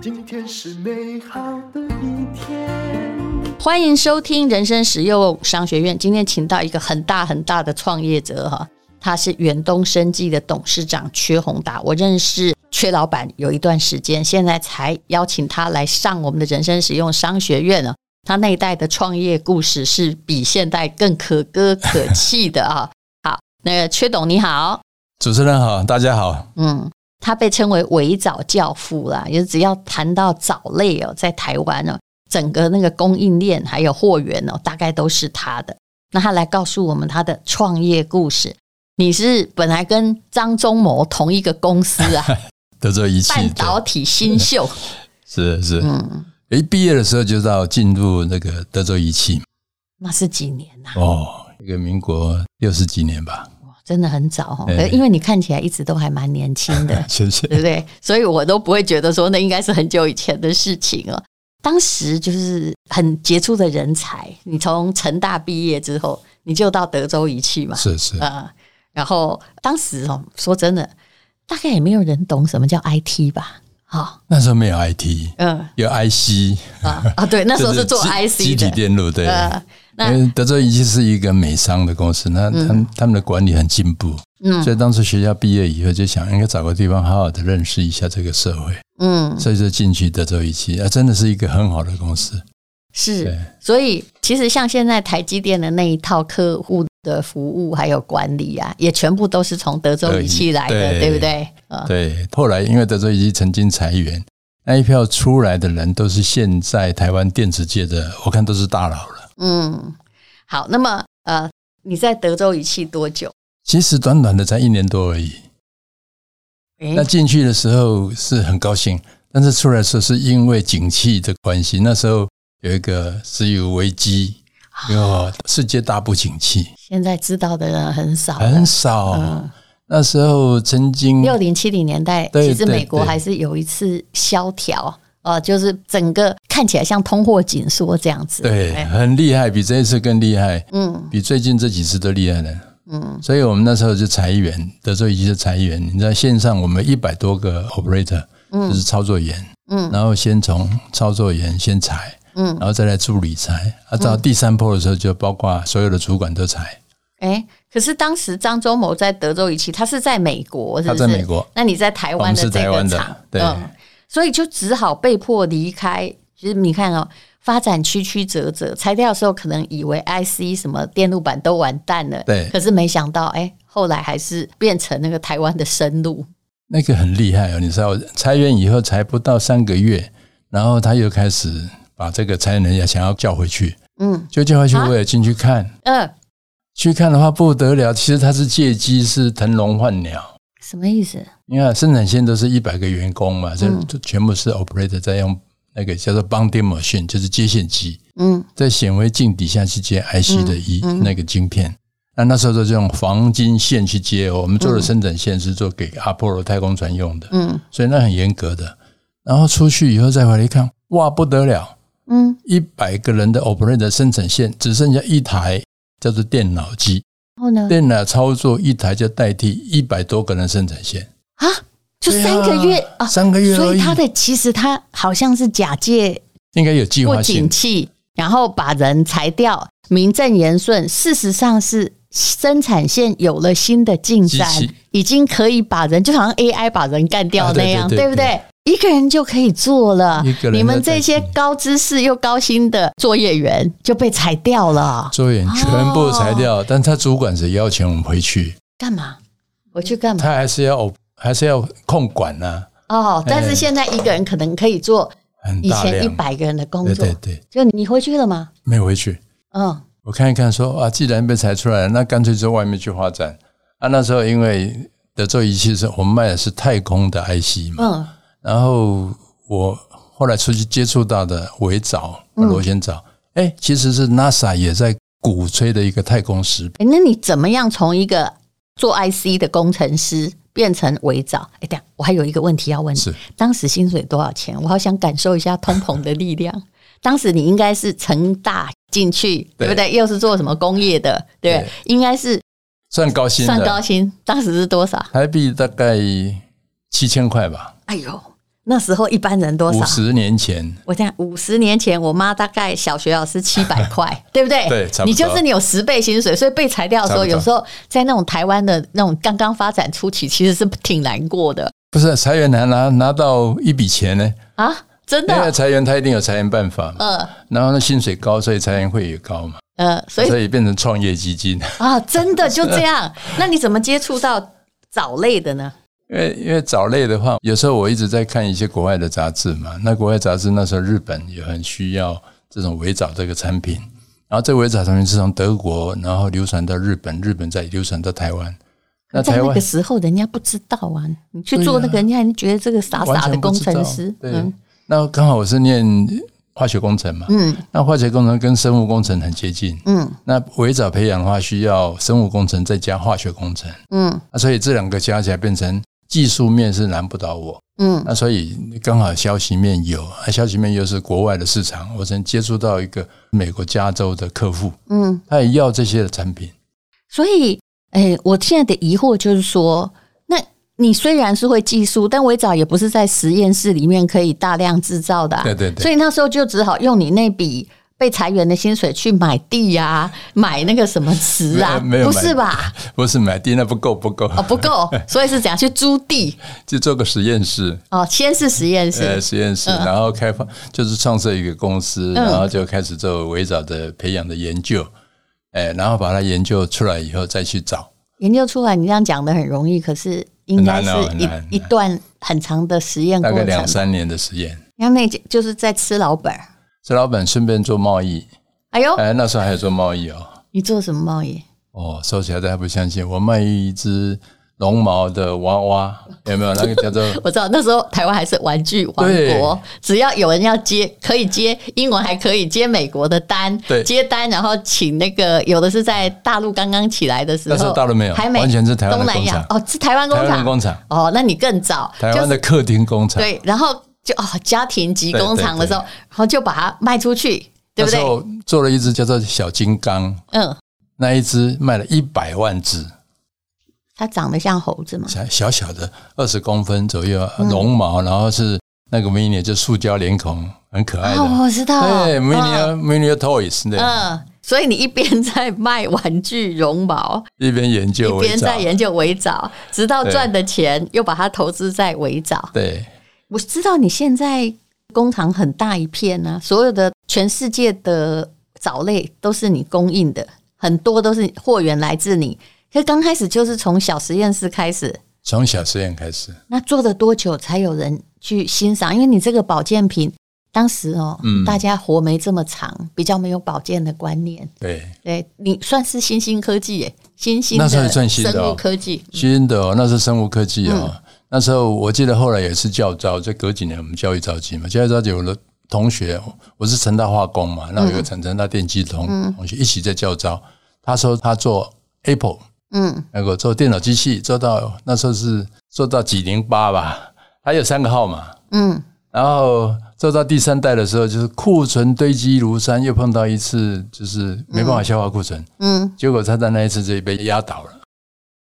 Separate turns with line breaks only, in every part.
今天是美好的一天。
欢迎收听人生实用商学院。今天请到一个很大很大的创业者哈，他是远东生技的董事长缺宏达。我认识缺老板有一段时间，现在才邀请他来上我们的人生实用商学院呢。他那一代的创业故事是比现代更可歌可泣的啊。好，那个缺董你好，
主持人好，大家好。
嗯，他被称为伪藻教父啦，也只要谈到藻类哦，在台湾哦，整个那个供应链还有货源哦，大概都是他的。那他来告诉我们他的创业故事。你是本来跟张忠谋同一个公司 啊，
德州仪器
半导
对
体新秀，
是是，
嗯，
一毕业的时候就到进入那个德州仪器
那是几年啊呐、
哦，一个民国六十几年吧，
哇真的很早哦。
哎
可是因为你看起来一直都还蛮年轻的，
谢谢
对。不对？所以我都不会觉得说那应该是很久以前的事情了。当时就是很杰出的人才，你从成大毕业之后，你就到德州仪器嘛，
是是，
呃，然后当时哦，说真的，大概也没有人懂什么叫 IT 吧，好、
那时候没有 IT，
嗯
有 IC，
啊啊，对，那时候是做
就集集
IC
体
的，
电路对。
呃，那
因为德州仪器是一个美商的公司，那他们他们的管理很进步，
嗯
所以当时学校毕业以后就想应该找个地方好好的认识一下这个社会，
嗯
所以就进去德州仪器，啊，真的是一个很好的公司。
是
对，
所以其实像现在台积电的那一套客户的服务还有管理啊，也全部都是从德州仪器来的，
呃对
对不对？呃，
对，后来因为德州仪器曾经裁员，那一票出来的人都是现在台湾电子界的，我看都是大佬了。
嗯，好，那么呃，你在德州仪器多久？
其实短短的才一年多而已。
诶
那进去的时候是很高兴，但是出来的时候是因为景气的关系，那时候有一个石油危机，
啊
有世界大不景气，
现在知道的人很少了
很，少。
嗯
那时候曾经
六零七零年代，
对
其实
对
美国
对
还是有一次萧条，呃，就是整个看起来像通货紧缩这样子。
对
哎
很厉害，比这一次更厉害。
嗯
比最近这几次都厉害了。
嗯，
所以我们那时候就裁员，德州仪器的裁员。你知道线上我们一百多个 operator，就是操作员，
嗯
然后先从操作员先裁，
嗯
然后再来助理裁，啊，到第三波的时候就包括所有的主管都裁。
哎、可是当时张忠谋在德州仪器，他是在美国，是不是？
他在美国，
那你在台
我
湾
们
的
是
这
台
个
湾
厂嗯
的，，对，
所以就只好被迫离开。就是你看哦，发展曲曲折折，拆掉的时候可能以为 IC 什么电路板都完蛋了，
对
可是没想到，哎、后来还是变成那个台湾的生路。
那个很厉害哦。你知道裁员以后裁不到三个月，然后他又开始把这个裁员人也想要叫回去，
嗯
就叫回去
啊
我也进去看，
嗯、
去看的话不得了，其实他是借机是腾笼换鸟。
什么意思？
你看生产线都是一百个员工嘛，这
嗯
全部是 operator 在用那个叫做 bonding machine，就是接线机，
嗯
在显微镜底下去接 IC 的一、
嗯嗯
那个晶片。那那时候就用黄金线去接哦，我们做的生产线是做给阿波罗太空船用的，
嗯
所以那很严格的。然后出去以后再回来一看，哇，不得了！
嗯，
一百个人的 operator 生产线只剩下一台叫做电脑机，
然后呢？
电脑操作一台就代替一百多个人生产线。
啊，就
对啊
三个月啊，
三个月
所
而
以
已
他的其实他好像是假借
应该有计
不
划
景
性，
气，然后把人裁掉，名正言顺。事实上是生产线有了新的进展
机器，
已经可以把人就好像 AI 把人干掉
啊
那
对
样，
对对
不对？一个人就可以做了
一个，人
你们
在
这些
代替
高知识又高薪的作业员就被裁掉了，
周员全部裁
哦
掉，但他主管只邀请我们回去，
干嘛？我去干嘛？
他还是要还是要控管呐、
哦，但是
哎
现在一个人可能可以做
很
以
大
前
量
一，百个人的工
对
作，
对对，
就你回去了吗？
没有回去。
嗯，
我看一看说啊，既然被裁出来了，那干脆就外面去发展啊。那时候因为德州仪器是我们卖的是太空的 IC 嘛，
嗯
然后我后来出去接触到的微藻、
嗯
螺旋藻，哎、其实是 NASA 也在鼓吹的一个太空食品。
诶哎那你怎么样从一个做 IC 的工程师变成伪造？哎，等一下我还有一个问题要问你
是，
当时薪水多少钱？我好想感受一下通膨的力量。 当时你应该是成大进去，对
对
不对？又是做什么工业的，对不对
对
应该是
算高薪
算高
的，
薪，当时是多少？
台币大概七千块吧，
哎呦，那时候一般人多
五
少？
十年前。
我讲五十年前，我妈大概小学老师七百 块，对不对？
对差不多
你就是你有十倍薪水，所以被裁掉的时候，
差不多
有时候在那种台湾的那种刚刚发展初期，其实是挺难过的
不是裁员难拿拿到一笔钱呢，
啊，真
因为
的。
裁员他一定有裁员办法嘛，
呃
然后呢薪水高，所以裁员会也高嘛，
呃，所以
所以变成创业基金。
啊，真的就这样。那你怎么接触到藻类的呢？
因为因为藻类的话，有时候我一直在看一些国外的杂志嘛，那国外杂志那时候日本也很需要这种围藻这个产品，然后这围藻产品是从德国然后流传到日本，日本再流传到台湾，那
在
台
那
湾
个时候，人家不知道啊。你去做那个，
对啊
人家还觉得这个傻
完
傻的
全不
工
知道
程师。
对，那刚好我是念化学工程嘛，
嗯
那化学工程跟生物工程很接近，
嗯
那围藻培养的话需要生物工程再加化学工程，
嗯
那所以这两个加起来变成技术面是难不倒我。
嗯
那所以刚好消息面有，啊，消息面又是国外的市场，我曾接触到一个美国加州的客户，
嗯。
他也要这些的产品。
所以，哎，我现在的疑惑就是说，那你虽然是会技术，但微藻也不是在实验室里面可以大量制造的、啊。
对对对
所以那时候就只好用你那笔。被裁员的薪水去买地呀、 啊，买那个什么池啊，
没有没有
不
买
是吧？
不是买地那不够不够，
哦，不 够，所以是怎样去租地？
就做个实验室，
哦，先是实验室，
呃，实验室，
嗯
然后开发就是创设一个公司，
嗯
然后就开始做围藻的培养的研究，哎，然后把它研究出来以后再去找。
研究出来，你这样讲的很容易，可是应该是
很难哦很
一、
难
一段很长的实验过
大概
程吧。
两三年的实验，
然后那就是在吃老本儿。
这老板顺便做贸易，
哎呦，
哎，那时候还有做贸易哦，
你做什么贸易？
哦，说起来大家不相信，我卖一只绒毛的娃娃， 有没有？那个叫做
我知道那时候台湾还是玩具王国
对，
只要有人要接，可以接英文，还可以接美国的单，
对
接单，然后请那个有的是在大陆刚刚起来的时候，
那时候大陆没有
还没，
完全是台湾的
东南亚
工厂
哦，是台湾工
台湾
厂，
的工厂，
哦，那你更早，
台湾的客厅工厂。
对，然后就哦家庭级工厂的时候，然后就把它卖出去，对
那
不
时
对？
候做了一只叫做小金刚，
嗯，
那一只卖了一百万只，
它长得像猴子嘛，
小小小的二十公分左右，绒毛，然后是那个 mini 就塑胶脸孔，很可爱的。
哦，我知道，
对，mini
嗯
mini toys，对，
嗯，所以你一边在卖玩具绒毛，
一边研究
一
为
边
照
在研究围藻，直到
对
赚的钱又把它投资在围藻。
对，
我知道你现在工厂很大一片啊，所有的全世界的藻类都是你供应的，很多都是货源来自你。可是刚开始就是从小实验室开始，
从小实验开始。
那做了多久才有人去欣赏？因为你这个保健品，当时哦，
嗯
大家活没这么长，比较没有保健的观念。
对，
对你算是新兴科技耶，新兴
那时候
的
还算新的哦
生物科技。
新的哦，那是生物科技哦。那时候我记得后来也是教招，就隔几年我们教育召集嘛，教育召集我的同学，我是成大化工嘛，那我有个成成大电机同、同学一起在教招，他说他做 Apple，
嗯，
那个做电脑机器做到那时候是做到几零八吧，他有三个号码，
嗯，
然后做到第三代的时候，就是库存堆积如山，又碰到一次就是没办法消化库存，
嗯，
结果他在那一次就被压倒了，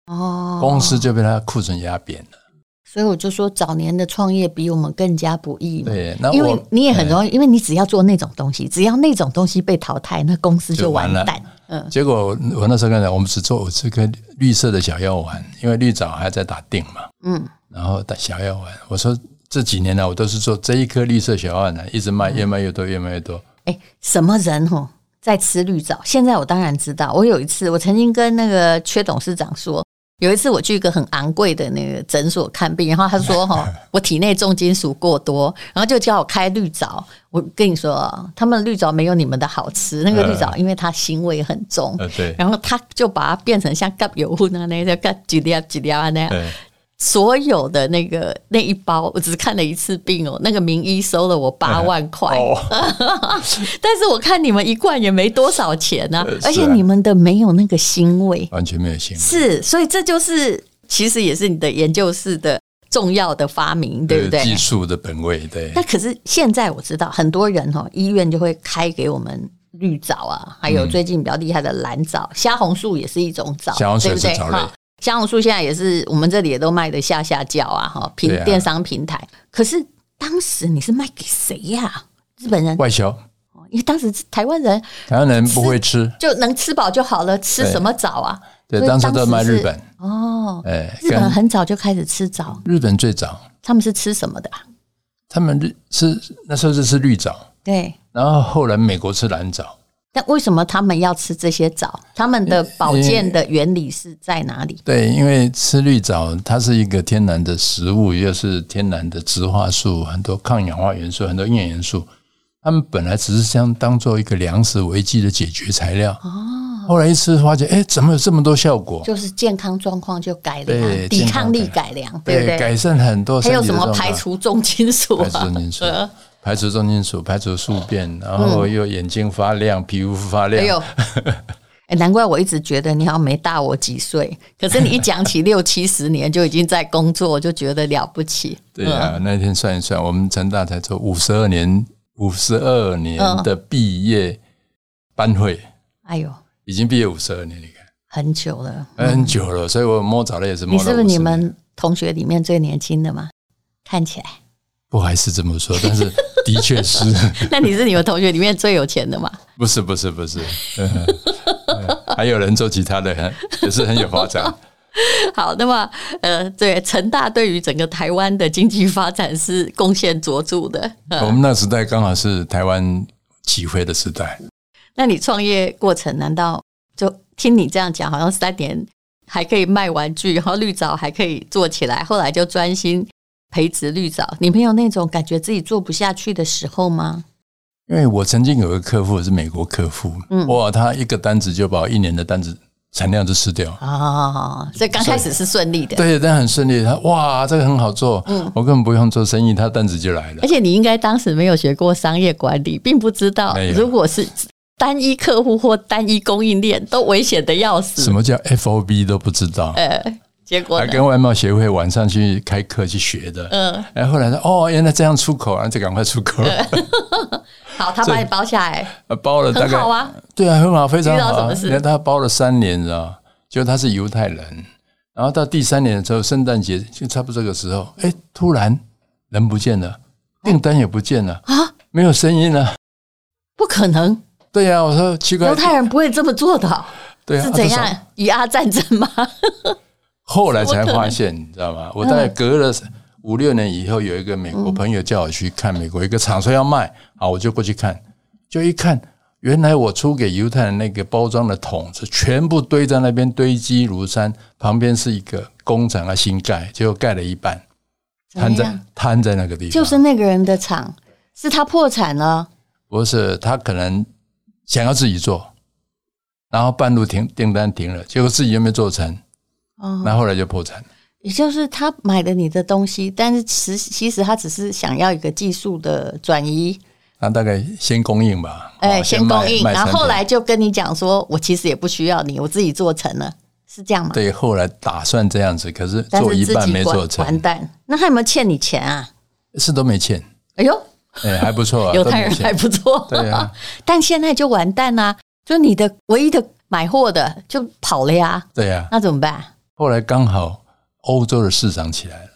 哦，
公司就被他库存压扁了。
所以我就说，早年的创业比我们更加不易嘛。
对，那
因为
我哎
你也很
易、
容易，因为你只要做那种东西，只要那种东西被淘汰，那公司就
就
完
完了
蛋。嗯
结果我那时候跟他讲，我们只做这个绿色的小药丸，因为绿藻还在打定嘛，
嗯，
然后打小药丸。我说这几年来我都是做这一颗绿色小药丸的，一直卖，越卖越多，越卖越多。
哎、什么人吼在吃绿藻？现在我当然知道，我有一次我曾经跟那个缺董事长说。有一次我去一个很昂贵的那个诊所看病，然后他 说：“哈，我体内重金属过多，然后就叫我开绿藻。我跟你说哦，他们的绿藻没有你们的好吃。那个
嗯
绿藻因为它腥味很重，
呃， 对，
然后他就把它变成像盖油混啊那个盖几粒几粒啊那样。
对，
所有的那个那一包，我只看了一次病哦，那个名医收了我八万块，
哦，
但是我看你们一罐也没多少钱呐、
呃是啊
而且你们的没有那个腥味，
完全没有兴趣。
是，所以这就是其实也是你的研究室的重要的发明，对不对？
技术的本位，对
那可是现在我知道很多人哦，医院就会开给我们绿藻啊，还有最近比较厉害的蓝藻，虾红素也是一种藻，
嗯虾红素
对
也
不
是
对？
藻类
哈虾红素现在也是我们这里也都卖的下下叫啊，哈，平
对啊
电商平台。可是当时你是卖给谁呀、日本人，
外销，
因为当时台湾人
台湾人不会吃，
就能吃饱就好了，吃
对
什么藻啊？
对，
所以
当时都卖
是
日本，
哦，
哎，
日本
跟
很早就开始吃藻，
日本最早，
他们是吃什么的、啊？
他们日吃那时候是吃绿藻，
对，
然后后来美国吃蓝藻，
但为什么他们要吃这些藻？他们的保健的原理是在哪里？
呃对，因为吃绿藻它是一个天然的食物，又是天然的植化素，很多抗氧化元素，很多营养元素。他们本来只是将当做一个粮食危机的解决材料，后来一吃发觉，哎，怎么有这么多效果？
哦就是健康状况就改良，
对
抵
健康
抗力
改
改良，对不对？
改善很多
还
身
有
体
什
的
么
状况
排除重金属
排除
啊
重？金属
呃，
排除重金属，排除宿便，然后又眼睛发亮，皮肤发
哎
亮
呦。， 哎，难怪我一直觉得你好像没大我几岁，可是你一讲起六七十年就已经在工作，我就觉得了不起。
对啊，
嗯
那天算一算，我们成大才做五十二年，五十二年
嗯
的毕业班会，
哎呦，
已经毕业五十二年，你看哎
很久了，
很久了，所以我摸着了也是
嗯
摸
你
了。
是不是你们同学里面最年轻的吗？看起来，
不还是这么说？但是的确是，
那你是你们同学里面最有钱的吗？
不是不是不是， 嗯嗯还有人做其他的，很也是很有发 展。
好，那么呃，对，成大对于整个台湾的经济发展是贡献卓著的。呃
我们那时代刚好是台湾起飞的时代，
那你创业过程难道就听你这样讲，好像三年还可以卖玩具，然后绿藻还可以做起来，后来就专心培植绿藻？你没有那种感觉自己做不下去的时候吗？
因为我曾经有个客户是美国客户，
嗯
哇，他一个单子就把我一年的单子产量就吃掉。
哦，所以刚开始是顺利的，
对，但很啊顺利。他哇，这个很好做，
嗯
我根本不用做生意，他单子就来了
而。且你应该当时没有学过商业管理，并不知道
没有
如果是单一客户或单一供应链都危险的要死
什。么叫 FOB 都不知道，
呃，结果
还
呢？
跟外贸协会晚上去开课去学的。
嗯，
哎，后来说哦，原来这样出口，然后就赶快出口了，
好，他把你包下来，
包呃了大
很
概
好啊。
对啊，很好，非常
遇到
好
什么
啊。
事
你看他包了三年了，就他是犹太人，然后到第三年的时候，圣诞节就差不多这个时候，哎，突然人不见了，订单也不见了啊，没有声音了。
不可能，
对呀、我说奇怪，
犹太人不会这么做的哦、
对啊，
是
啊
怎？
这什么
样以阿战争 吗？
后来才发现，你知道吗？我大概隔了五六年以后，有一个美国朋友叫我去看美国一个厂说要卖，好，我就过去看，就一看，原来我出给犹太人那个包装的桶子，全部堆在那边堆积如山，旁边是一个工厂啊新盖，结果盖了一半，
怎
摊
么
在
样？
摊在那个地方，
就是那个人的厂，是他破产了，
不是他可能想要自己做，然后半路停订单停了，结果自己又没做成，
哦
那后来就破产。
也就是他买了你的东西，但是其实其实他只是想要一个技术的转移，
那啊大概先供应吧，
哎、
哦
先
卖
供应，
卖
然后
产品
后来就跟你讲说，我其实也不需要你，我自己做成了，是这样吗？
对，后来打算这样子，可是
但
做
是
一
自
半
己
没做
完完
成，
蛋，那他有没有欠你钱啊？
是都没欠，
哎呦，
哎，还不 错啊，
犹太人
都没
还
欠
不错，
对啊，
但现在就完蛋啦、就你的唯一的买货的就跑了呀，
对呀、啊，
那怎么办？
后来刚好欧洲的市场起来了，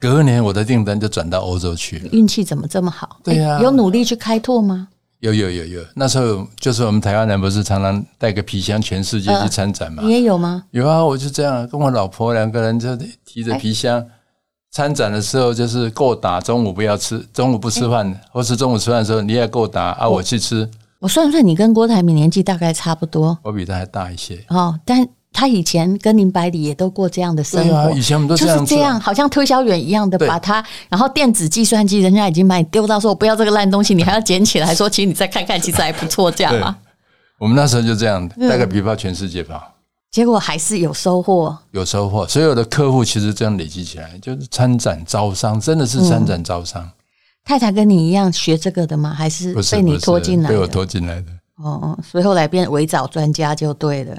隔年我的订单就转到欧洲去了，
运气怎么这么好？
嗯对呀
诶有努力去开拓吗？
有有有有，那时候就是我们台湾人不是常常带个皮箱全世界
嗯
去参展嘛
你，也有吗？
有啊，我就这样跟我老婆两个人就
哎
提着皮箱。参展的时候就是够打，中午不要吃，中午不吃饭，
嗯
或是中午吃饭的时候你也够打啊，我去吃，
我算算，你跟郭台铭年纪大概差不多
我比他还大一些。
哦，但他以前跟林百里也都过这样的生
对啊，
活
以。前我们都
就
这样
是
做
这样，好像推销员一样的，
对
把它，然后电子计算机人家已经把你丢到说我不要这个烂东西，你还要捡起来说，其实你再看看，其实还不错，这样啊
对
嘛。，嗯
我们那时候就这样，大概比跑全世界跑，
结果还是有收获，
有收获。所有的客户其实这样累积起来，就是参展招商，真的是参展招商，
太太跟你一样学这个的吗？还是
不
嗯
是
被
不
你
是
拖进来的？
被我拖进来的。
哦，哦，所以后来变围藻专家就对了。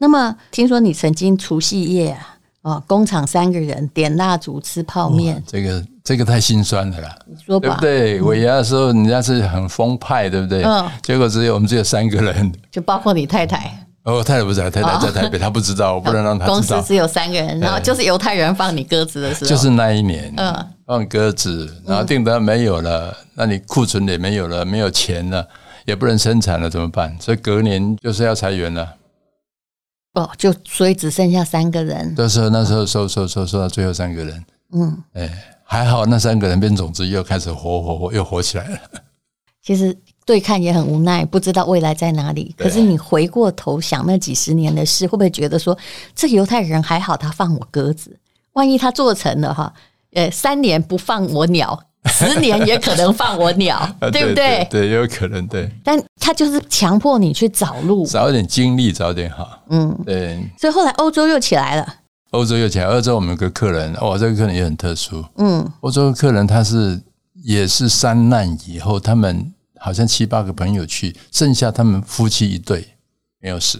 那么听说你曾经除夕夜啊，哦，工厂三个人点蜡烛吃泡面，
这个这个太心酸了啦，
你 说
对不
吧，
对？尾牙的时候，人家是很疯派，对不对？
嗯
结果只有我们只有三个人。
就包括你太太，
哦，我太太不在，太太
哦
在台北，她不知道，我不能让 她
公
知
司
道。
只有三个人，然后就是犹太人放你鸽子的时候，
就是那一年，
嗯
放鸽子，然后订单没有了，那你库存也没有了，没有钱了，也不能生产了，怎么办？所以隔年就是要裁员了。
哦，就所以只剩下三个人，
到时候那时候收收收收到最后三个人，
嗯，
哎，还好那三个人变种子又开始活活活又活起来了。
其实对看也很无奈，不知道未来在哪里。可
对，
是你回过头想那几十年的事，会不会觉得说，这个犹太人还好，他放我鸽子，万一他做成了哈，呃，三年不放我鸟，十年也可能放我鸟 对不对？
啊对？对，有可能对，
但他就是强迫你去找路，
早一点经历，早一点好。
嗯，
对，
所以后来欧洲又起来了，
欧洲又起来，欧洲我们有个客人，哇，这个客人也很特殊。
嗯，
欧洲的客人他是也是三难以后，他们好像七八个朋友去，剩下他们夫妻一对没有死。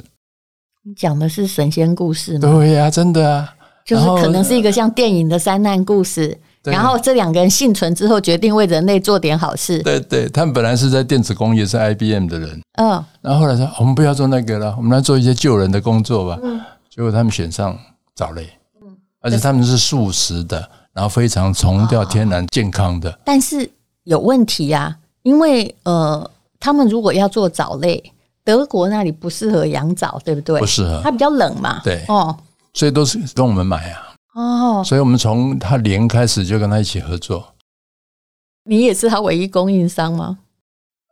你讲的是神仙故事吗？
对呀、真的啊，
就是
然后
可能是一个像电影的三难故事，
对
然后这两个人幸存之后，决定为人类做点好事，
对对，他们本来是在电子工业是 IBM 的人，
嗯。
然后后来说哦我们不要做那个了，我们来做一些救人的工作吧。
嗯
结果他们选上藻类，而且他们是素食的，然后非常崇调天然健康的。
但是有问题呀、因为呃，他们如果要做藻类，德国那里不适合养藻，对不对？
不适合
它比较冷嘛。
对
哦
所以都是跟我们买啊，
哦，
所以我们从他零开始就跟他一起合作，
你也是它唯一供应商吗？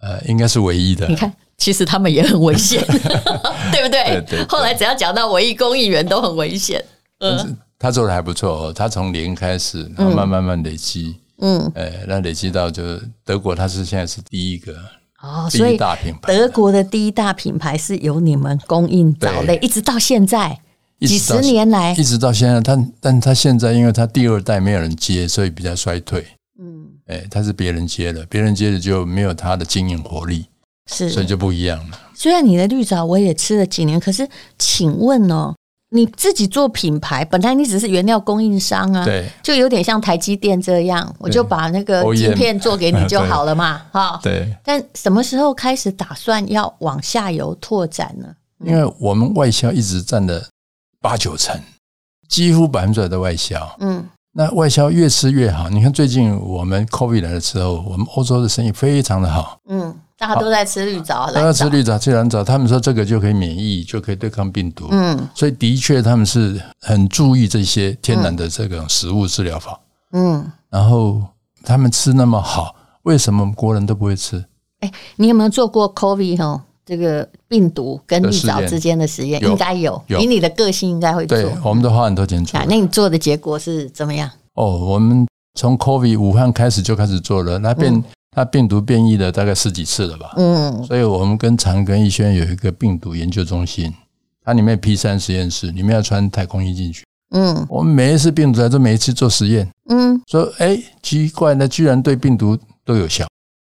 呃，应该是唯一的
你。看，其实他们也很危险， 对不对？
对对对
后来只要讲到唯一供应源，都很危险。呃，
他做的还不错哦，他从零开始，然后慢慢慢累积，
嗯，
呃，那累积到就是德国，他是现在是第一个
哦，
第
所
一
以
大品牌，
德国的第一大品牌是由你们供应藻类，一直到现在
一
几
直到
十年来
一，直到现在，但但他现在因为他第二代没有人接，所以比较衰退。
嗯，
哎，他是别人接了，别人接了就没有他的经营活力，
是
所以就不一样了。
虽然你的绿藻我也吃了几年，可是请问哦，你自己做品牌，本来你只是原料供应商啊，
对
就有点像台积电这样，我就把那个
OEM
晶片做给你就好了嘛，哈。
E 对，
但什么时候开始打算要往下游拓展呢？
因为我们外销一直占了八九成，几乎百分之百的外销。
嗯，
那外销越吃越好。你看最近我们 COVID 来的时候，我们欧洲的生意非常的好，
嗯，大家都在吃绿藻，
大家吃
蓝藻，
绿藻、吃蓝藻，他们说这个就可以免疫，就可以对抗病毒。
嗯
所以的确他们是很注意这些天然的这种食物治疗法。
嗯。
然后他们吃那么好，为什么国人都不会吃？
哎，你有没有做过 COVID 哈这个病毒跟绿藻之间的实验？
有
应该有，
有
以你的个性应该会做。
对，我们都花很多钱做
啊，。那你做的结果是怎么样？
哦，我们从 COVID 武汉开始就开始做了，那变、那病毒变异了大概十几次了吧？
嗯，
所以我们跟长庚医学院有一个病毒研究中心，它里面 P 三实验室，里面要穿太空衣进去。
嗯
我们每一次病毒来都每一次做实验，
嗯
说哎奇怪，那居然对病毒都有效，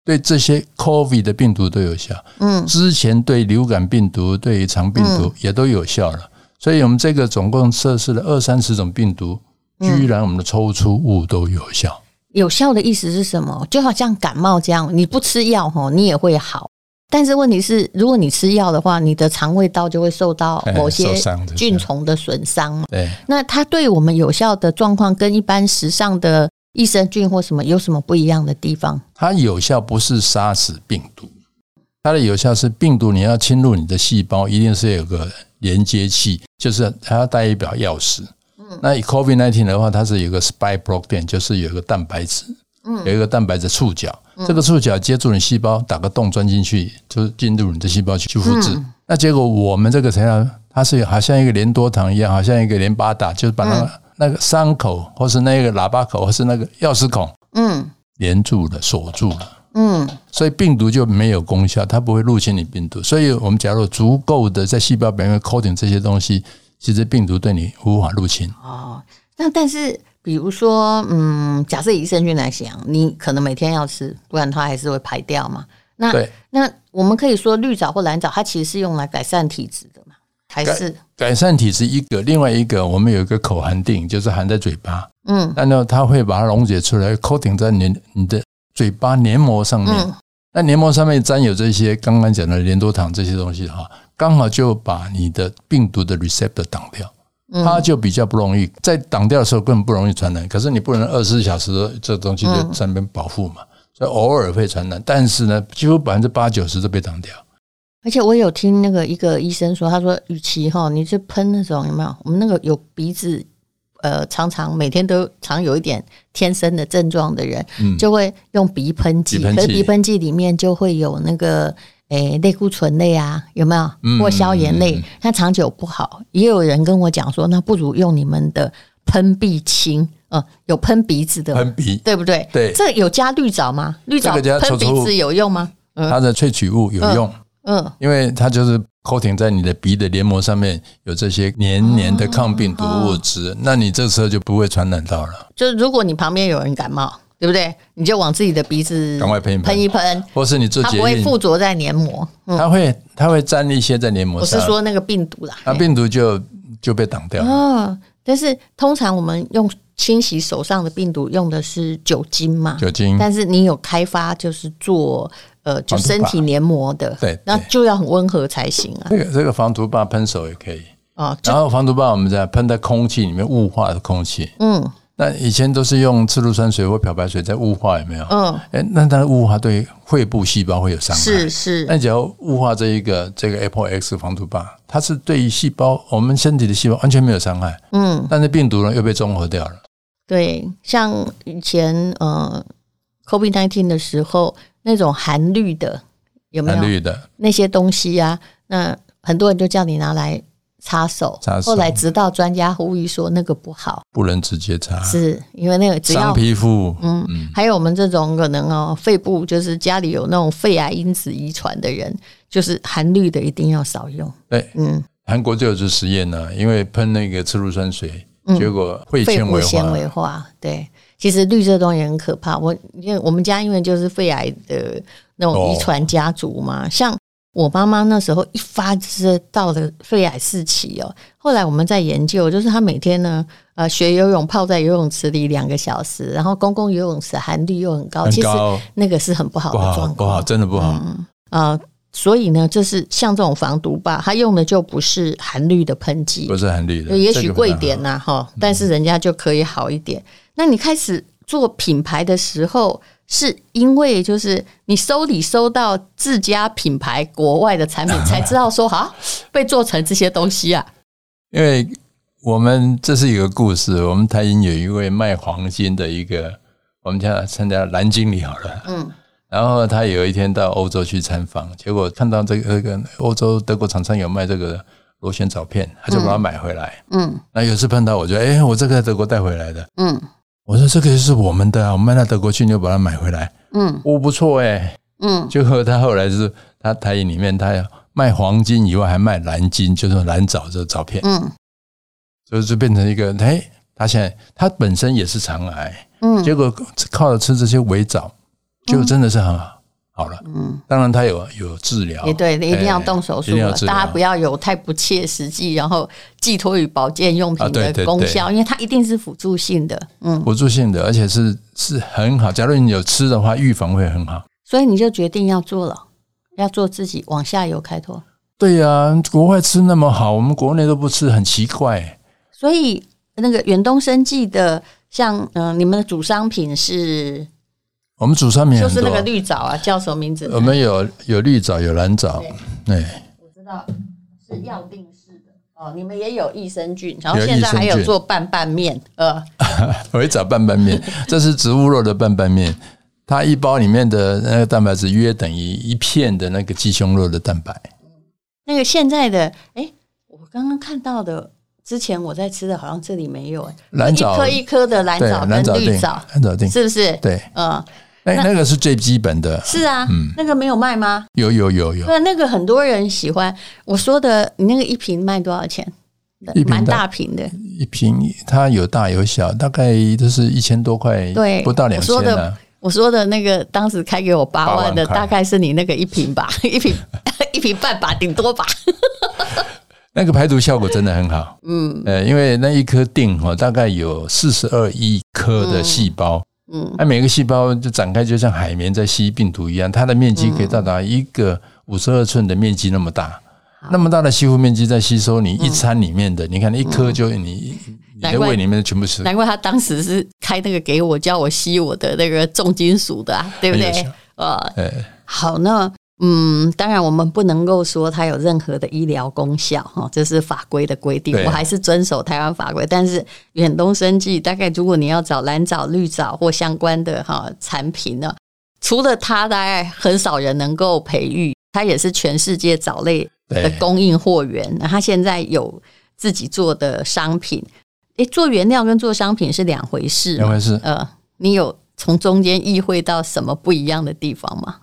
对这些 COVID 的病毒都有效。
嗯，
之前对流感病毒、对肠病毒也都有效了。所以我们这个总共测试了二三十种病毒，居然我们的抽出物都有效。
有效的意思是什么？就好像感冒这样，你不吃药吼，你也会好。但是问题是，如果你吃药的话，你的肠胃道就会受到
哎
某些
受伤的
菌虫的损伤嘛。
对，
那它对我们有效的状况，跟一般时尚的益生菌或什么有什么不一样的地方？
它有效不是杀死病毒，它的有效是病毒你要侵入你的细胞，一定是有个连接器，就是它要带一把钥匙。那 COVID 1 9的话，它是有个 spike protein，就是有一个蛋白质，有一个蛋白质触角，这个触角接住你细胞，打个洞钻进去，就是进入你的细胞去去复制。那结果我们这个材料，它是有好像一个连多糖一样，好像一个连巴达，就是把那个、那个伤口，或是那个喇叭口，或是那个钥匙孔，
嗯
连住了，锁住了。
嗯
所以病毒就没有功效，它不会入侵你病毒。所以我们假如足够的在细胞表面 coating 这些东西，其实病毒对你无法入侵。
哦，那但是。比如说，嗯，假设以益生菌来讲，你可能每天要吃，不然它还是会排掉嘛。那
对，
那我们可以说绿藻或蓝藻，它其实是用来改善体质的嘛。还是
改善体质一个，另外一个我们有一个口含定，就是含在嘴巴，
嗯
那呢它会把它溶解出来，coating 在你你的嘴巴黏膜上面。
嗯
那黏膜上面沾有这些刚刚讲的连多糖这些东西哈，刚好就把你的病毒的 receptor 挡掉，它
嗯
就比较不容易在挡掉的时候更不容易传染。可是你不能二十四小时都这东西就
嗯
在那边保护嘛，所以偶尔会传染，但是呢，几乎百分之八九十都被挡掉。
而且我有听那个一个医生说，他说，与其哈，你去喷那种有没有？我们那个有鼻子，呃，常常每天都常有一点天生的症状的人，
嗯，
就会用鼻喷剂，
鼻喷
可
剂
是鼻喷剂里面就会有那个诶类固醇类啊，有没有？
嗯
或消炎类，它长久不好。也有人跟我讲说，那不如用你们的喷鼻清，呃，有喷鼻子的，
喷鼻，
对不对？
对
这有加绿藻吗？绿藻
这个加
喷
丑
鼻
丑
子有用吗？嗯
它的萃取物有用，
嗯，
因为它就是 coating 在你的鼻的黏膜上面有这些黏黏的抗病毒物
嗯哦
质，那你这时候就不会传染到了。
就是如果你旁边有人感冒，对不对？你就往自己的鼻子
赶快喷一喷
喷一喷，
或是你做
它
捷
不会
运，
附着在黏膜。嗯，
它会它会粘一些在黏膜
我是
上，
说那个病毒啦。
那啊病毒就就被挡掉了。
哦，但是通常我们用清洗手上的病毒用的是酒精嘛，
酒精
但是你有开发就是做呃就
防毒
身体
吧
黏膜的，
对
那
对
就要很温和才行啊。
这个这个防毒棒喷手也可以，
哦，就
然后防毒棒我们在喷在空气里面雾化的空气。
嗯
那以前都是用次氯酸水或漂白水在雾化，有没有？
嗯，
哎，那它的雾化对肺部细胞会有伤害。
是是，
那只要雾化这一个这个 Apple X 防毒棒，它是对于细胞，我们身体的细胞完全没有伤害，
嗯
但是病毒呢又被中和掉了。
对，像以前呃 COVID nineteen 的时候，那种含氯的有没
蓝
有
绿的，
那些东西啊？那很多人就叫你拿来擦手，
擦手
后来直到专家呼吁说那个不好，
不能直接擦，
是因为那个只
啊伤
要
皮肤。
嗯，还有我们这种可能哦，肺部就是家里有那种肺癌因子遗传的人，就是含氯的一定要少用。
对，
嗯，
韩国就有这实验呢、因为喷那个次氯酸水，结果肺
嗯肺
纤
部
维化
纤。维化，对。其实氯这东西很可怕，我因为我们家因为就是肺癌的那种遗传家族嘛，
哦
像我妈妈那时候一发就是到了肺癌四期哦，后来我们在研究，就是她每天呢，呃，学游泳泡在游泳池里两个小时，然后公共游泳池含氯又很高，
很
哦其实
高
那个是很不好
不
的
好，
状
不
况
好，。真的不好。
呃，所以呢，就是像这种防毒吧，它用的就不是含氯的喷剂
不，是很绿的，
也
这
许
个不
贵一
太好嗯
点。呐、哈、但是人家就可以好一点。那你开始做品牌的时候，是因为就是你收礼收到自家品牌国外的产品，才知道说 啊，被做成这些东西啊，
因为我们这是一个故事，我们台银有一位卖黄金的一个，我们叫他参加蓝经理好了，
嗯，
然后他有一天到欧洲去参访，结果看到这个这个欧洲德国厂商有卖这个螺旋藻片，他就把它买回来。
嗯
那有一次碰到我就，哎，我这个德国带回来的，
嗯
我说这个是我们的啊，我们卖到德国去，你就把它买回来，
嗯
哦，不错哎、
嗯，
结果他后来是他台银里面他卖黄金以外还卖蓝金，就是蓝藻这个藻片。
嗯
就是就变成一个，哎，他现在他本身也是肠癌，
嗯
结果靠着吃这些围藻，就真的是很好好了。
嗯，
当然他有有治疗，哎
也对，一定要动手术
一定
了
要。治疗
大家不要有太不切实际，然后寄托于保健用
啊
品
对
的
对
功
对
效，因为它一定是辅助性的。嗯，
辅助性的，而且是是很好。假如你有吃的话，预防会很好。
所以你就决定要做了，要做自己往下游开拓。
对呀、国外吃那么好，我们国内都不吃，很奇怪。
所以那个远东生技的，像嗯、呃你们的主商品是
我们主商品
就
很
是
呃
那个
多，
绿藻啊，叫什么名字？
我们有有绿藻，有蓝藻，哎，
我知道是药定式的哦，你们也有益生菌，然后
有益
现在还
生
有
菌
做拌拌面，呃，
围藻拌拌 面，这是植物肉的拌拌面，它一包里面的那个蛋白质约等于一片的那个鸡胸肉的蛋白。
那个现在的哎、我刚刚看到的。之前我在吃的，好像这里没有哎、
蓝藻
一颗一颗的蓝
对，啊
藻跟
蓝藻
绿
定，
藻，
蓝藻定，
是不是？，
对，
呃，
那那个是最基本的，
是啊，那个没有卖吗？
有有有嗯有，
对，那个很多人喜欢。我说的，你那个一瓶卖多少钱？
一瓶
蛮
大
大瓶的，
一瓶它有大有小，大概都是一千多块，
对，
不到两
我
千
说
啊
的，，我说的那个，当时开给我八万的，
8万块
大概是你那个一瓶吧，一瓶一瓶半吧，顶多吧。
那个排毒效果真的很好。
嗯
呃，因为那一颗锭哈，大概有四十二亿颗的细胞，
嗯
那、每个细胞就展开，就像海绵在吸病毒一样，它的面积可以到达一
嗯
个五十二寸的面积那么大。那么大的吸附面积在吸收你一餐里面的，你看一
嗯
颗就你你
难
的
怪
胃里面的全部吃，
难怪他当时是开那个给我，叫我吸我的那个重金属的、啊，对不对
很有效？
呃，
呃，
好，那嗯，当然我们不能够说它有任何的医疗功效哈，这是法规的规定
对，啊
我还是遵守台湾法规。但是远东生技大概，如果你要找蓝藻、绿藻或相关的哈产品呢，除了它，大概很少人能够培育，它也是全世界藻类的
对
供应货源。那它现在有自己做的商品，诶，做原料跟做商品是两回事嘛，
两回事
呃，你有从中间意会到什么不一样的地方吗？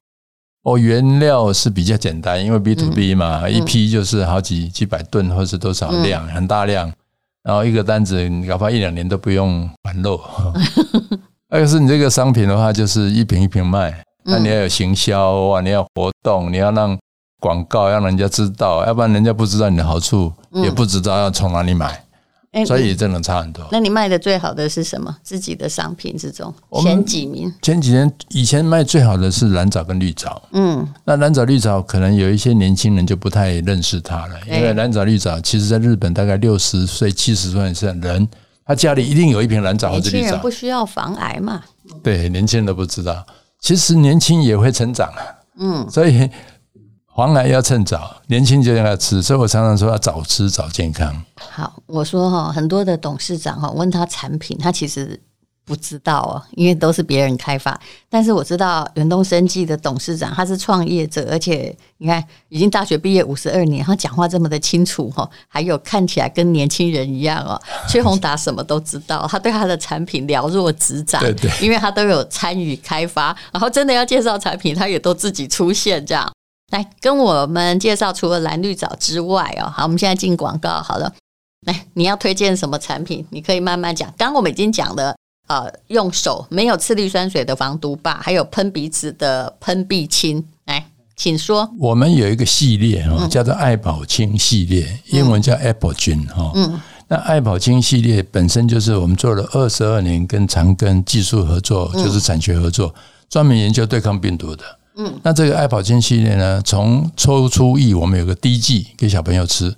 哦，原料是比较简单，因为 B to B 嘛，一批就是好几几百吨或是多少量，很大量，然后一个单子你搞不好一两年都不用还 漏。二个是你这个商品的话，就是一瓶一瓶卖，那你要有行销啊，你要活动，你要让广告让人家知道，要不然人家不知道你的好处，也不知道要从哪里买，
诶
所以真的差很多。
哎那你卖的最好的是什么？自己的商品之中
我们
前几名？
前几年以前卖最好的是蓝藻跟绿藻，
嗯
那蓝藻绿藻可能有一些年轻人就不太认识它了，因
对
为蓝藻绿藻其实在日本大概六十岁、七十岁以上的人，他家里一定有一瓶蓝藻或
年
者
轻
绿
人
藻
不。需要防癌嘛？
对，年轻人都不知道，其实年轻也会成长啊。
嗯，
所以黄来要趁早，年轻就应该吃。所以我常常说要早吃早健康。
好，我说哈、很多的董事长哈、问他产品，他其实不知道哦，因为都是别人开发。但是我知道远东生技的董事长他是创业者，而且你看已经大学毕业五十二年，他讲话这么的清楚哈、还有看起来跟年轻人一样 哦。崔宏达什么都知道，他对他的产品了若指掌，
对对
因为他都有参与开发，然后真的要介绍产品，他也都自己出现这样。来跟我们介绍，除了蓝绿藻之外哦，好，我们现在进广告好了。来，你要推荐什么产品？你可以慢慢讲。刚刚我们已经讲了，呃，用手没有次氯酸水的防毒靶，还有喷鼻子的喷鼻清。来，请说。
我们有一个系列哦，叫做爱宝清系列，英文叫 Apple 菌哈。嗯，那爱宝清系列本身就是我们做了二十二年跟长庚技术合作，就是产学合作，专门研究对抗病毒的。嗯，那这个爱宝清系列呢，从抽出液我们有个滴剂给小朋友吃，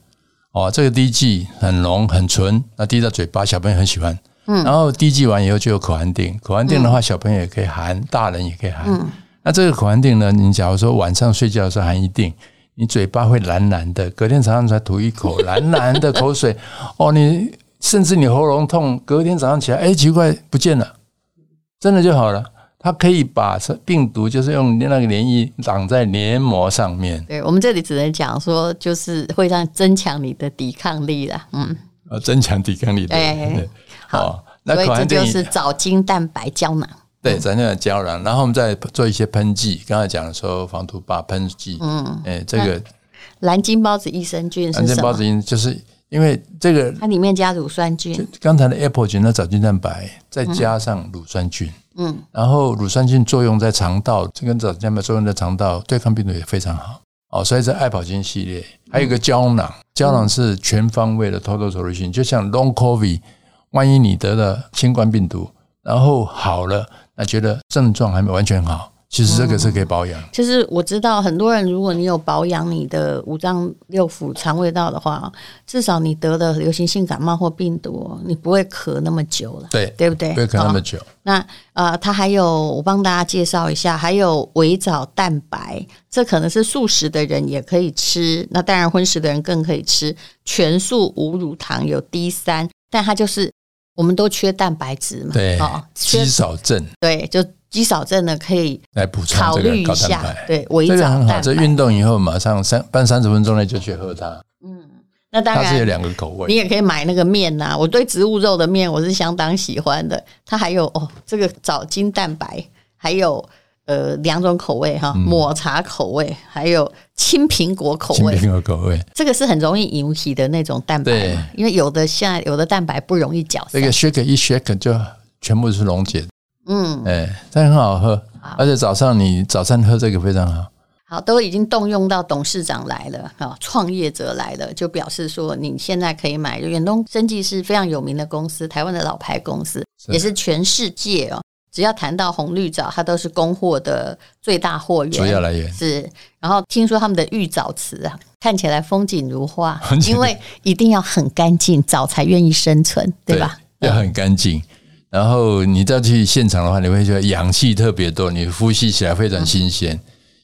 哦，这个滴剂很浓很纯，那滴到嘴巴小朋友很喜欢。嗯，然后滴剂完以后就有口含定，口含定的话小朋友也可以含，大人也可以含。那这个口含定呢，你假如说晚上睡觉的时候含一定，你嘴巴会蓝蓝的，隔天早上才吐一口蓝蓝的口水， 哦，你甚至你喉咙痛，隔天早上起来，哎，奇怪不见了，真的就好了。它可以把病毒就是用那个黏液挡在黏膜上面，
对我们这里只能讲说，就是会让增强你的抵抗力啦。嗯，
呃，增强抵抗力的。
哎
对
好
哦那
所以
口
这
含定
就是藻精蛋白胶囊。
对，咱就胶囊，然后我们再做一些喷剂。刚才讲的说防毒靶喷剂，嗯，哎，这个
蓝鲸孢子益生菌
蓝
是
箭
什
孢
么？
子因就是因为这个
它里面加乳酸菌。
刚才的 apple 菌的藻菌蛋白，再加上乳酸菌，
嗯
然后乳酸菌作用在肠道，这跟藻菌蛋白作用在肠道，对抗病毒也非常好。哦，所以这爱宝菌系列还有一个胶囊，胶囊是全方位的 total solution，就像 long covid，万一你得了新冠病毒，然后好了，那觉得症状还没完全好，其实这个是可以保养。
就是我知道很多人，如果你有保养你的五脏六腑、肠胃道的话，至少你得了流行性感冒或病毒，你不会咳那么久了，
对
对不对？
不会咳那么
哦
久。
那呃，它还有我帮大家介绍一下，还有维藻蛋白，这可能是素食的人也可以吃，那当然荤食的人更可以吃。全素无乳糖有 D 三，但它就是我们都缺蛋白质嘛，
对
哦，，缺
肌少症
对，就肌少症的可以
来补充
考
这
虑
个
一
高蛋
下
白，，
对，维
这
藻
个
蛋
很
白
好。。这运动以后马上三半三十分钟内就去喝它，
嗯那当
它是有
然，
两个口
你
味。
也可以买那个面呐、我对植物肉的面我是相当喜欢的。它还有哦，这个藻精蛋白，还有呃两种口味
嗯
哈，抹茶口味，还有青苹果口
青
味。
苹果口味，
这个是很容易引起的那种蛋白嘛，因为有的现在有的蛋白不容易搅
这
散。
个 shake 一 shake 就全部是溶解的，
嗯，
哎，但很好喝，而且早上你早餐喝这个非常好。
好，都已经动用到董事长来了，哈、创业者来了，就表示说你现在可以买。远东生技是非常有名的公司，台湾的老牌公司，
是
也是全世界哦，只要谈到红绿藻，它都是供货的最大货源，
主要来源
是，然后听说他们的玉藻池啊，看起来风景如 画
风，景
因为一定要很干净，藻才愿意生存，对吧？
要很干净。然后你再去现场的话，你会觉得氧气特别多，你呼吸起来非常新鲜，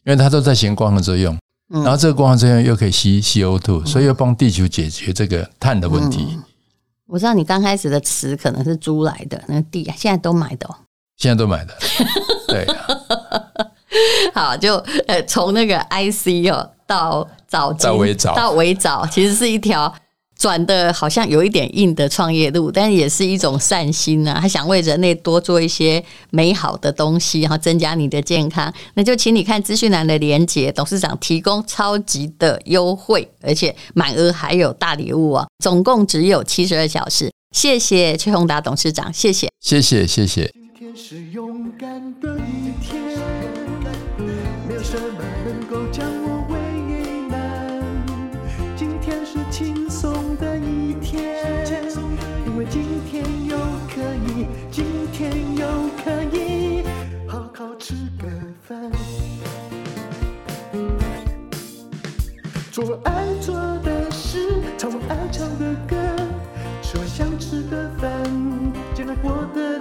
因为它都在行光合作用。
嗯
然后这个光合作用又可以吸 CO2，所以又帮地球解决这个碳的问
嗯
题。
我知道你刚开始的池可能是租来的，那个地现在都买的、哦。
现在 都买的，对啊，
好，就呃从那个 IC 哦到早期
到微藻
到微藻，其实是一条转的好像有一点硬的创业路，但也是一种善心啊。他想为人类多做一些美好的东西，然后增加你的健康。那就请你看资讯栏的连接，董事长提供超级的优惠，而且满额还有大礼物哦，总共只有七十二小时。谢谢崔宏达董事长，谢谢。
谢谢谢谢。
今天是勇敢的一天，没有什么能够将我为难。今天是轻松的一天，因为今天又可以，今天又可以好好吃个饭，做我爱做的事，唱我爱唱的歌。吃我想吃的饭，简单过得